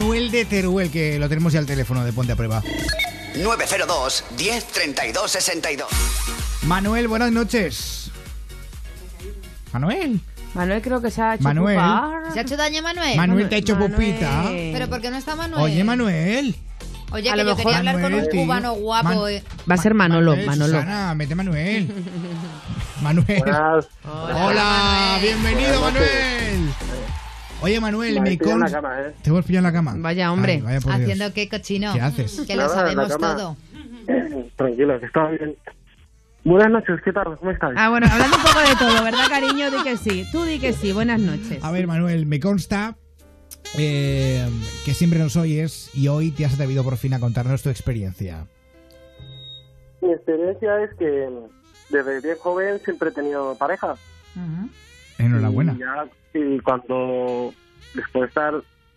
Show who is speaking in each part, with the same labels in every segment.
Speaker 1: Manuel de Teruel, que lo tenemos ya al teléfono de Ponte a Prueba.
Speaker 2: 902 10 32 62.
Speaker 1: Manuel, buenas noches. Manuel.
Speaker 3: Manuel creo que se ha hecho
Speaker 1: Manuel.
Speaker 3: ocupar.
Speaker 4: ¿Se ha hecho daño Manuel?
Speaker 1: Manuel te ha hecho
Speaker 3: Manuel.
Speaker 1: pupita.
Speaker 4: ¿Pero por qué no está Manuel?
Speaker 1: Oye, Manuel.
Speaker 4: Oye,
Speaker 3: A
Speaker 4: que
Speaker 3: lo
Speaker 4: yo
Speaker 3: mejor
Speaker 4: quería hablar con un
Speaker 1: Manuel, tío.
Speaker 4: cubano guapo.
Speaker 1: Man-
Speaker 4: eh.
Speaker 3: Va a ser Manolo,
Speaker 1: Manuel,
Speaker 3: Manolo.
Speaker 1: Susana, mete Manuel. Manuel.
Speaker 5: Buenas.
Speaker 1: Hola, bienvenido,
Speaker 5: Buenas noches.
Speaker 1: Manuel. Oye, Manuel,
Speaker 5: Me
Speaker 1: me
Speaker 5: he pillado en la
Speaker 1: consta-
Speaker 5: cama, ¿eh?
Speaker 1: Te hemos pillado en la cama.
Speaker 3: Vaya, hombre.
Speaker 1: Ay, vaya por Dios.
Speaker 4: Haciendo qué cochino.
Speaker 1: ¿Qué haces?
Speaker 4: Que
Speaker 5: Nada,
Speaker 4: lo
Speaker 5: en la
Speaker 4: sabemos
Speaker 5: cama.
Speaker 4: todo.
Speaker 5: Tranquilo, que está bien. Buenas noches, ¿qué tal? ¿Cómo estáis?
Speaker 3: Ah, bueno, hablando un poco de todo, ¿verdad, cariño? Di que sí. Tú di que sí. Buenas noches.
Speaker 1: A ver, Manuel, me consta eh, que siempre nos oyes y hoy te has atrevido por fin a contarnos tu experiencia.
Speaker 5: Mi experiencia es que desde bien joven siempre he tenido pareja.
Speaker 1: Enhorabuena.
Speaker 5: Y, ya- y cuando, después de estar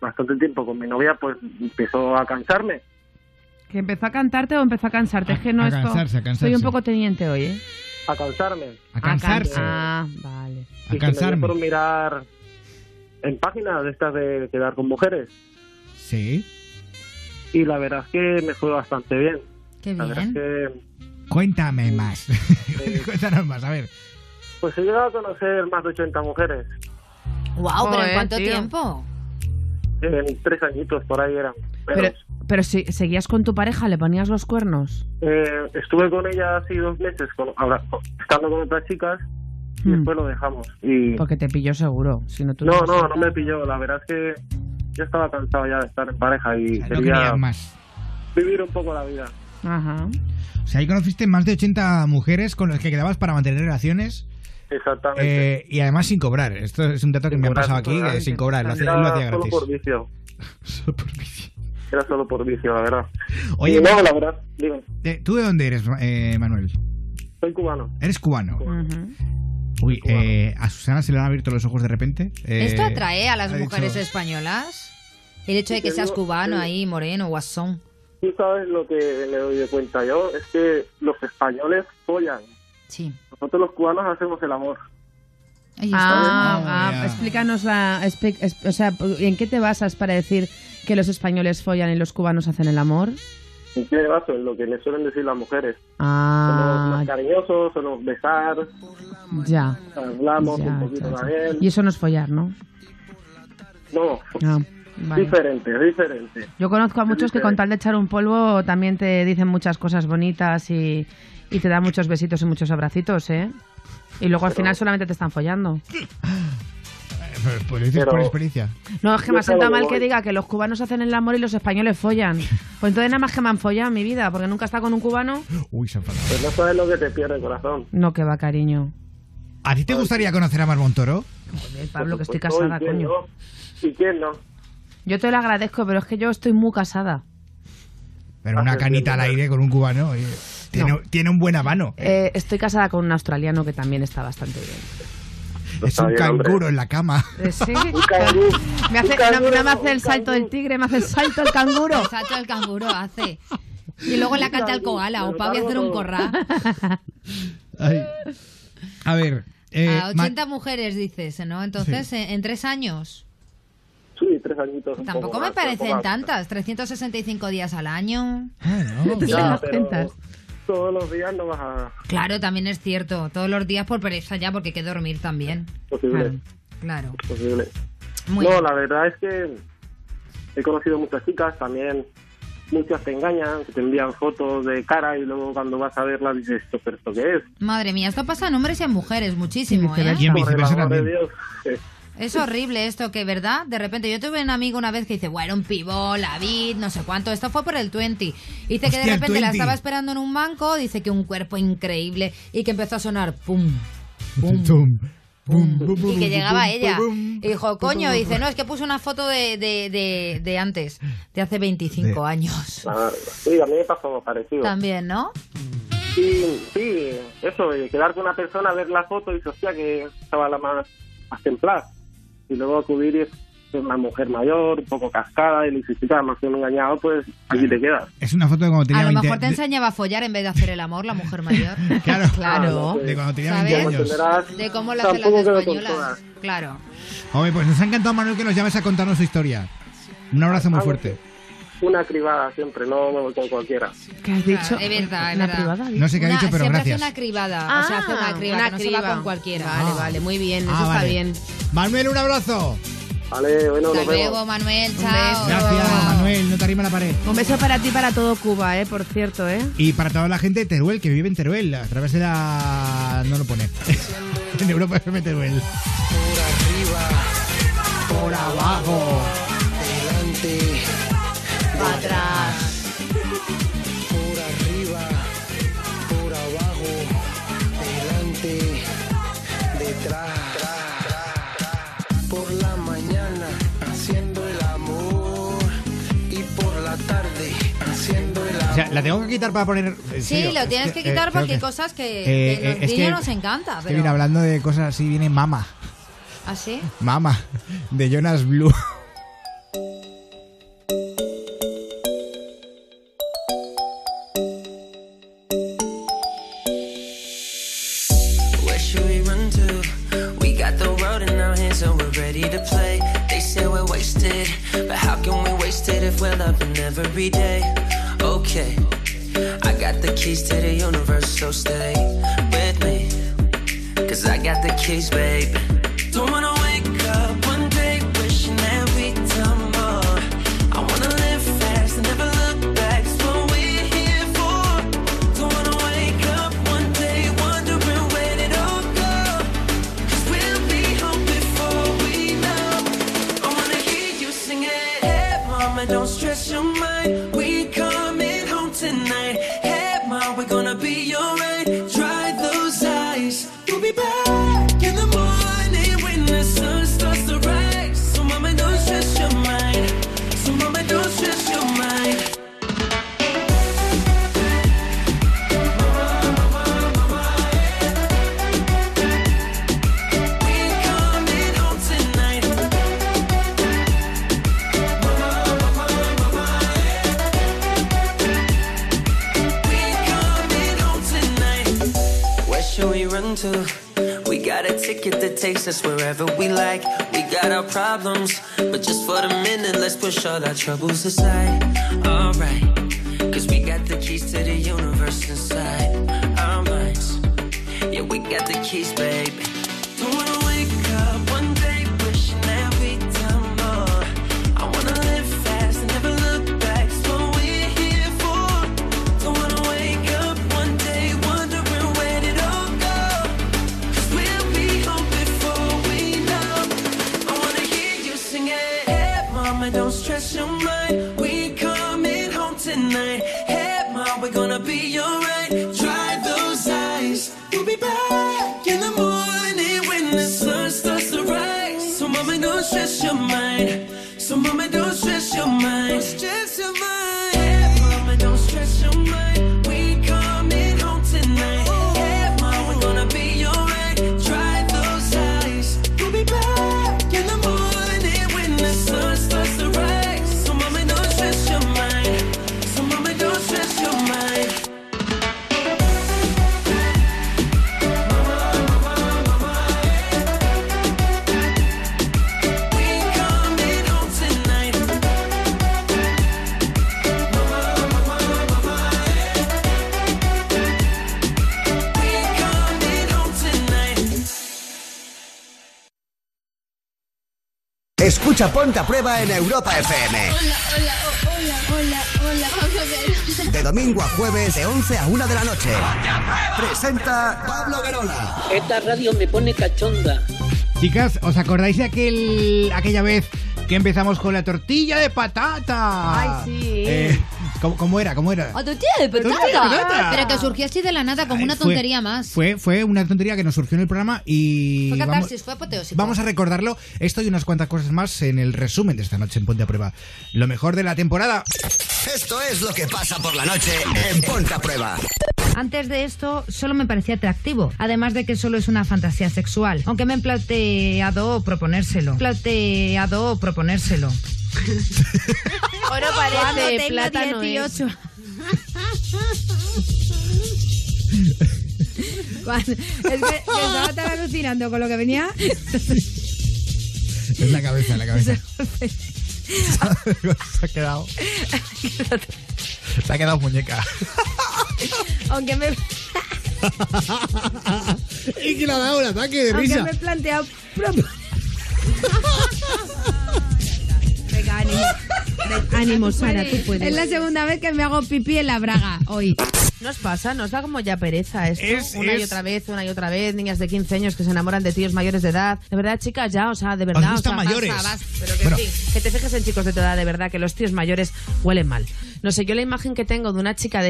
Speaker 5: bastante tiempo con mi novia, pues empezó a cansarme.
Speaker 3: ¿Que empezó a cantarte o empezó a cansarte? Es que no
Speaker 1: A
Speaker 3: es co-
Speaker 1: cansarse, a cansarse.
Speaker 3: Soy un poco teniente hoy, ¿eh?
Speaker 5: A cansarme.
Speaker 1: A
Speaker 3: can-
Speaker 1: cansarse.
Speaker 3: Ah, vale.
Speaker 1: A
Speaker 5: Y que me dio
Speaker 1: cansarme.
Speaker 5: por mirar en páginas de estas de quedar con mujeres.
Speaker 1: Sí.
Speaker 5: Y la verdad es que me fue bastante bien.
Speaker 4: Qué
Speaker 5: La verdad es
Speaker 4: bien.
Speaker 5: que
Speaker 1: Cuéntame más. Cuéntanos más, a ver.
Speaker 5: pues he llegado a conocer más de 80 mujeres.
Speaker 4: Wow, pero
Speaker 3: Joder,
Speaker 4: ¿en cuánto
Speaker 3: tío.
Speaker 4: tiempo?
Speaker 5: En tres añitos por ahí eran.
Speaker 3: Pero, pero si seguías con tu pareja, le ponías los cuernos.
Speaker 5: Eh, estuve con ella así dos meses, con- habla- estando con otras chicas, y
Speaker 1: Mm.
Speaker 3: Hmm.
Speaker 5: después lo dejamos. Y
Speaker 3: Porque te pilló seguro. Si no, tú
Speaker 5: no, no, no me pilló. La verdad es que yo estaba cansado ya de estar en pareja y
Speaker 1: O sea, no
Speaker 5: quería
Speaker 1: querías más.
Speaker 5: vivir un poco la vida.
Speaker 3: Ajá.
Speaker 1: O sea, ahí conociste más de 80 mujeres con las que quedabas para mantener relaciones
Speaker 5: Exactamente.
Speaker 1: eh, y además sin cobrar. Esto es un dato que
Speaker 5: Sin
Speaker 1: me han
Speaker 5: cobrar,
Speaker 1: pasado
Speaker 5: sin
Speaker 1: aquí,
Speaker 5: cobrar.
Speaker 1: de sin cobrar. Lo hacía,
Speaker 5: era
Speaker 1: lo hacía
Speaker 5: solo
Speaker 1: gratis.
Speaker 5: por vicio.
Speaker 1: Solo por vicio.
Speaker 5: Era solo por vicio, la verdad.
Speaker 1: Oye,
Speaker 5: Y no, la verdad, digo,
Speaker 1: eh, ¿tú de dónde eres, eh, Manuel?
Speaker 5: soy cubano.
Speaker 1: ¿Eres cubano?
Speaker 3: Ujú.
Speaker 1: Uy,
Speaker 5: cubano.
Speaker 1: eh, a Susana se le han abierto los ojos de repente. Eh,
Speaker 4: ¿Esto atrae a las
Speaker 1: ha
Speaker 4: mujeres
Speaker 1: dicho-
Speaker 4: españolas? El hecho de que
Speaker 5: Te
Speaker 4: seas
Speaker 5: digo,
Speaker 4: cubano
Speaker 5: eh,
Speaker 4: ahí, moreno, guasón.
Speaker 5: Tú sabes lo que me doy de cuenta yo, es que los españoles follan.
Speaker 4: Sí.
Speaker 5: Nosotros los cubanos hacemos el amor.
Speaker 4: Ay, esto
Speaker 3: Ah,
Speaker 1: no,
Speaker 3: ah,
Speaker 1: ya.
Speaker 3: explícanos la. expli- es- o sea, ¿en qué te basas para decir que los españoles follan y los cubanos hacen el amor?
Speaker 5: ¿En qué vaso? En lo que le suelen decir las mujeres. Somos
Speaker 3: Ah,
Speaker 5: más cariñosos, solemos besar,
Speaker 3: ya.
Speaker 5: hablamos
Speaker 3: ya,
Speaker 5: un poquito
Speaker 3: ya, ya.
Speaker 5: también.
Speaker 3: Y eso no es follar, ¿no?
Speaker 5: No,
Speaker 3: Ah, vale.
Speaker 5: diferente, diferente.
Speaker 3: Yo conozco a muchos que con tal de echar un polvo también te dicen muchas cosas bonitas y, y te dan muchos besitos y muchos abracitos, ¿eh? Y luego al final solamente te están follando.
Speaker 1: Eh, Pues, pues lo dices
Speaker 5: Pero-
Speaker 1: por experiencia.
Speaker 3: No, es que
Speaker 5: Yo
Speaker 3: me ha sentado
Speaker 5: creo que
Speaker 3: mal que
Speaker 5: voy.
Speaker 3: diga que los cubanos hacen el amor y los españoles follan. Pues entonces nada más que me han follado en mi vida, porque nunca está con un cubano.
Speaker 1: Uy, se ha enfadado.
Speaker 5: Pues no sabes lo que te pierde, corazón.
Speaker 3: No, que va, cariño.
Speaker 1: ¿A ti te gustaría conocer a Mar Montoro?
Speaker 3: Joder, Pablo, que estoy
Speaker 5: Pues soy,
Speaker 3: casada,
Speaker 5: ¿quién
Speaker 3: coño.
Speaker 5: no? ¿Y quién no?
Speaker 3: Yo te lo agradezco, pero es que yo estoy muy casada.
Speaker 1: Pero una
Speaker 5: Ah,
Speaker 1: canita al
Speaker 5: sí, sí.
Speaker 1: aire con un cubano. oye, tiene,
Speaker 3: No.
Speaker 1: tiene un buen habano.
Speaker 3: Eh, estoy casada con un australiano que también está bastante bien.
Speaker 1: es
Speaker 5: está
Speaker 1: un
Speaker 5: bien, hombre.
Speaker 1: canguro en la cama.
Speaker 3: Eh, Sí.
Speaker 5: Un canguro,
Speaker 3: Me hace,
Speaker 5: un canguro,
Speaker 3: no, no me hace
Speaker 5: un
Speaker 3: el salto del
Speaker 5: canguro.
Speaker 3: tigre, me hace el salto el canguro.
Speaker 4: El salto del canguro hace. Y luego la canta al koala, o pa' voy a hacer un corral.
Speaker 1: Ay. A ver. eh,
Speaker 4: A
Speaker 1: Ma-
Speaker 4: 80 mujeres, dices, ¿no? Entonces, eh, en, en tres años.
Speaker 5: Sí, tres añitos. un
Speaker 4: Tampoco
Speaker 5: poco
Speaker 4: me
Speaker 5: más, un poco
Speaker 4: parecen
Speaker 5: más.
Speaker 4: tantas. 365 días al año.
Speaker 1: Ah, no.
Speaker 3: te-
Speaker 5: Ya,
Speaker 3: las
Speaker 5: pero
Speaker 3: cuentas.
Speaker 5: Todos los días no vas a...
Speaker 4: Claro, también es cierto. Todos los días por pereza ya, porque hay que dormir también.
Speaker 5: Posible,
Speaker 3: Claro.
Speaker 4: Claro.
Speaker 5: posible.
Speaker 4: Muy
Speaker 5: no,
Speaker 4: bien.
Speaker 5: la verdad es que he conocido muchas chicas también. Muchas te engañan, que te envían fotos de cara y luego cuando vas a verla dices, "Esto, ¿pero esto qué es?
Speaker 4: Madre mía, esto pasa en hombres y en mujeres muchísimo,
Speaker 3: Sí,
Speaker 4: ¿eh?
Speaker 1: Y en
Speaker 5: Por el
Speaker 1: viceversa
Speaker 5: amor de
Speaker 1: también.
Speaker 5: Dios.
Speaker 4: Es horrible esto, que verdad, de repente yo tuve un amigo una vez que dice, bueno, un pibón, la vid, no sé cuánto, esto fue por el 20. Y Dice que de
Speaker 1: Hostia, el
Speaker 4: repente la
Speaker 1: 20.
Speaker 4: estaba esperando en un banco, dice que un cuerpo increíble y que empezó a sonar pum, pum,
Speaker 1: Tum,
Speaker 4: pum,
Speaker 1: pum, pum, pum,
Speaker 4: Mm. y que llegaba
Speaker 1: pum,
Speaker 4: ella.
Speaker 1: pum,
Speaker 4: Y dijo, coño, dice, no, es que puse una foto de, de, de, de antes, de hace 25 años.
Speaker 5: Ah, sí, a mí me pasó parecido.
Speaker 4: También, ¿no?
Speaker 5: Sí, sí, eso, de quedar con una persona, ver la foto y dices, hostia, que estaba la más, más templada. Y luego acudir y es una mujer mayor, un poco cascada, y le dices, chica, me has engañado, pues aquí te quedas.
Speaker 1: Es una foto de cuando tenía
Speaker 4: A lo
Speaker 1: 20
Speaker 4: mejor te
Speaker 1: de-
Speaker 4: enseñaba a follar en vez de hacer el amor, la mujer mayor.
Speaker 1: Claro.
Speaker 4: Claro.
Speaker 1: De cuando tenía
Speaker 4: ¿Sabes?
Speaker 1: 20
Speaker 5: Como
Speaker 1: años.
Speaker 5: entenderás,
Speaker 4: De cómo lo hacen las
Speaker 5: tampoco quedo con
Speaker 4: españolas.
Speaker 5: todas.
Speaker 4: Claro.
Speaker 1: Hombre, pues nos ha encantado, Manuel, que nos llames a contarnos su historia. Un abrazo muy
Speaker 4: Ah,
Speaker 5: Hago
Speaker 1: fuerte.
Speaker 5: Una cribada siempre, no me voy con cualquiera.
Speaker 3: ¿Qué has dicho?
Speaker 4: Ah, Es verdad, es
Speaker 3: Una
Speaker 4: verdad.
Speaker 3: privada, ¿eh?
Speaker 1: No sé qué ha
Speaker 4: Una-
Speaker 1: dicho, pero
Speaker 4: siempre
Speaker 1: gracias.
Speaker 4: hace una cribada. o sea, hace
Speaker 3: Ah,
Speaker 4: una cribada,
Speaker 6: una
Speaker 4: que no se va
Speaker 6: criba.
Speaker 4: con cualquiera.
Speaker 6: Vale,
Speaker 1: Ah.
Speaker 6: vale, muy bien,
Speaker 1: Ah,
Speaker 6: eso está
Speaker 1: vale.
Speaker 6: bien.
Speaker 1: Manuel, un abrazo.
Speaker 5: Vale, bueno,
Speaker 4: Hasta
Speaker 5: nos vemos.
Speaker 4: luego, Manuel. Chao.
Speaker 1: Gracias, Manuel. No te arrima la pared.
Speaker 3: Un beso para ti y para todo Cuba, ¿eh? Por cierto, ¿eh?
Speaker 1: Y para toda la gente de Teruel, que vive en Teruel, a través de la... No lo pone. en Europa FM Teruel. Por arriba. Por abajo.
Speaker 7: Por la mañana haciendo el amor y por la tarde haciendo el
Speaker 1: O sea, la tengo que quitar para poner... en
Speaker 4: Sí,
Speaker 1: serio,
Speaker 4: lo
Speaker 1: es eh,
Speaker 4: tienes que quitar porque hay cosas que- que los
Speaker 1: es
Speaker 4: niños nos encanta,
Speaker 1: es que
Speaker 4: pero-
Speaker 1: mira, hablando de cosas así, viene Mama.
Speaker 4: ¿Así?
Speaker 1: Mama, de Jonas Blue.
Speaker 7: Where should we run to? We got the world in our hands and we're ready to play. They say we're wasted, but how can we waste it if we're loving every day? Okay, I got the keys to the universe, so stay with me. Cause I got the keys, babe. Don't wanna wake up one day wishing that we'd done more. I wanna live fast and never look back. It's what we're here for. Don't wanna wake up one day wondering where did it all go. Cause we'll be home before we know. I wanna hear you sing it. Hey, mama, don't stress your mind. We coming home tonight. Hey, mom, we're gonna be alright. Dry those eyes. We'll be back in the morning when the sun starts to rise. So, mama, don't stress your mind. So, mama, don't stress your mind. We coming home tonight. We coming home tonight. Where should we run to? We got a ticket that takes us wherever we like. We got our problems, but just for the minute, let's push all our troubles aside. Alright, cause we got the keys to the universe inside our minds. Yeah, we got the keys, babe. Don't wanna wake up one day wishing that we'd done more. I wanna live fast and never look back. It's what we're here for. Don't wanna wake up one day wondering where did all go. 'Cause we'll be home before we know. I wanna hear you sing it. Hey, mama, don't stress your mind. We coming home tonight. Hey, mom, we're gonna be alright. Dry those eyes. We'll be back in the morning when the sun starts to rise. So mama, don't stress your mind. So mama, don't stress your mind. Don't stress your mind. Hey, mama, don't stress your mind. We coming home tonight. Hey, mom, we're gonna be alright. Dry those eyes. We'll be back in the morning when the sun starts to rise. So mama, don't stress your mind. So mama, don't stress your mind. We coming home tonight. We coming home tonight.
Speaker 2: Escucha Ponte a Prueba en Europa FM.
Speaker 8: Hola, hola, oh, hola, hola, hola. Vamos a ver.
Speaker 2: De domingo a jueves de 11 a 1 de la noche. Presenta Pablo Guerola.
Speaker 9: Esta radio me pone cachonda.
Speaker 1: Chicas, ¿os acordáis de aquel, aquella vez que empezamos con la tortilla de patata?
Speaker 3: Ay, sí.
Speaker 1: Eh, ¿cómo, cómo era? ¿Cómo era?
Speaker 4: ¡Ah, tú tienes
Speaker 1: Tortilla de patata.
Speaker 4: Pero que surgió así de la nada, como
Speaker 1: Ay,
Speaker 4: una
Speaker 1: fue-
Speaker 4: tontería más.
Speaker 1: Fue, fue una tontería que nos surgió en el programa y.
Speaker 4: Fue
Speaker 1: vamos-
Speaker 4: catarsis, fue apoteósico.
Speaker 1: Vamos a recordarlo. Esto y unas cuantas cosas más en el resumen de esta noche en Ponte a Prueba. Lo mejor de la temporada.
Speaker 2: Esto es lo que pasa por la noche en Ponte a Prueba.
Speaker 6: Antes de esto, solo me parecía atractivo. Además de que solo es una fantasía sexual. Aunque me han planteado proponérselo. Planteado proponérselo.
Speaker 3: Oro
Speaker 6: Cuando
Speaker 3: parece,
Speaker 6: tenga
Speaker 3: plátano
Speaker 6: 18. Cuando- es que estaba tan alucinando con lo que venía.
Speaker 1: Es la cabeza, la cabeza. se ha quedado. Se ha quedado muñeca.
Speaker 6: Aunque me,
Speaker 1: y que le ha dado un ataque de
Speaker 6: aunque
Speaker 1: risa.
Speaker 6: me he planteado proponer-
Speaker 8: Venga, ánimo.
Speaker 10: Ánimo, Sara, tú puedes.
Speaker 8: Es la segunda vez que me hago pipí en la braga hoy.
Speaker 3: Nos pasa, nos da como ya pereza esto.
Speaker 1: Es-
Speaker 3: una y
Speaker 1: es-
Speaker 3: otra vez, una y otra vez. Niñas de 15 años que se enamoran de tíos mayores de edad. De verdad, chicas, ya, o sea, de verdad.
Speaker 1: Os gustan
Speaker 3: o sea, basta,
Speaker 1: mayores.
Speaker 3: basta. pero que
Speaker 1: Bueno.
Speaker 3: sí, que te fijes en chicos de tu edad, de verdad, que los tíos mayores huelen mal. No sé, yo la imagen que tengo de una chica de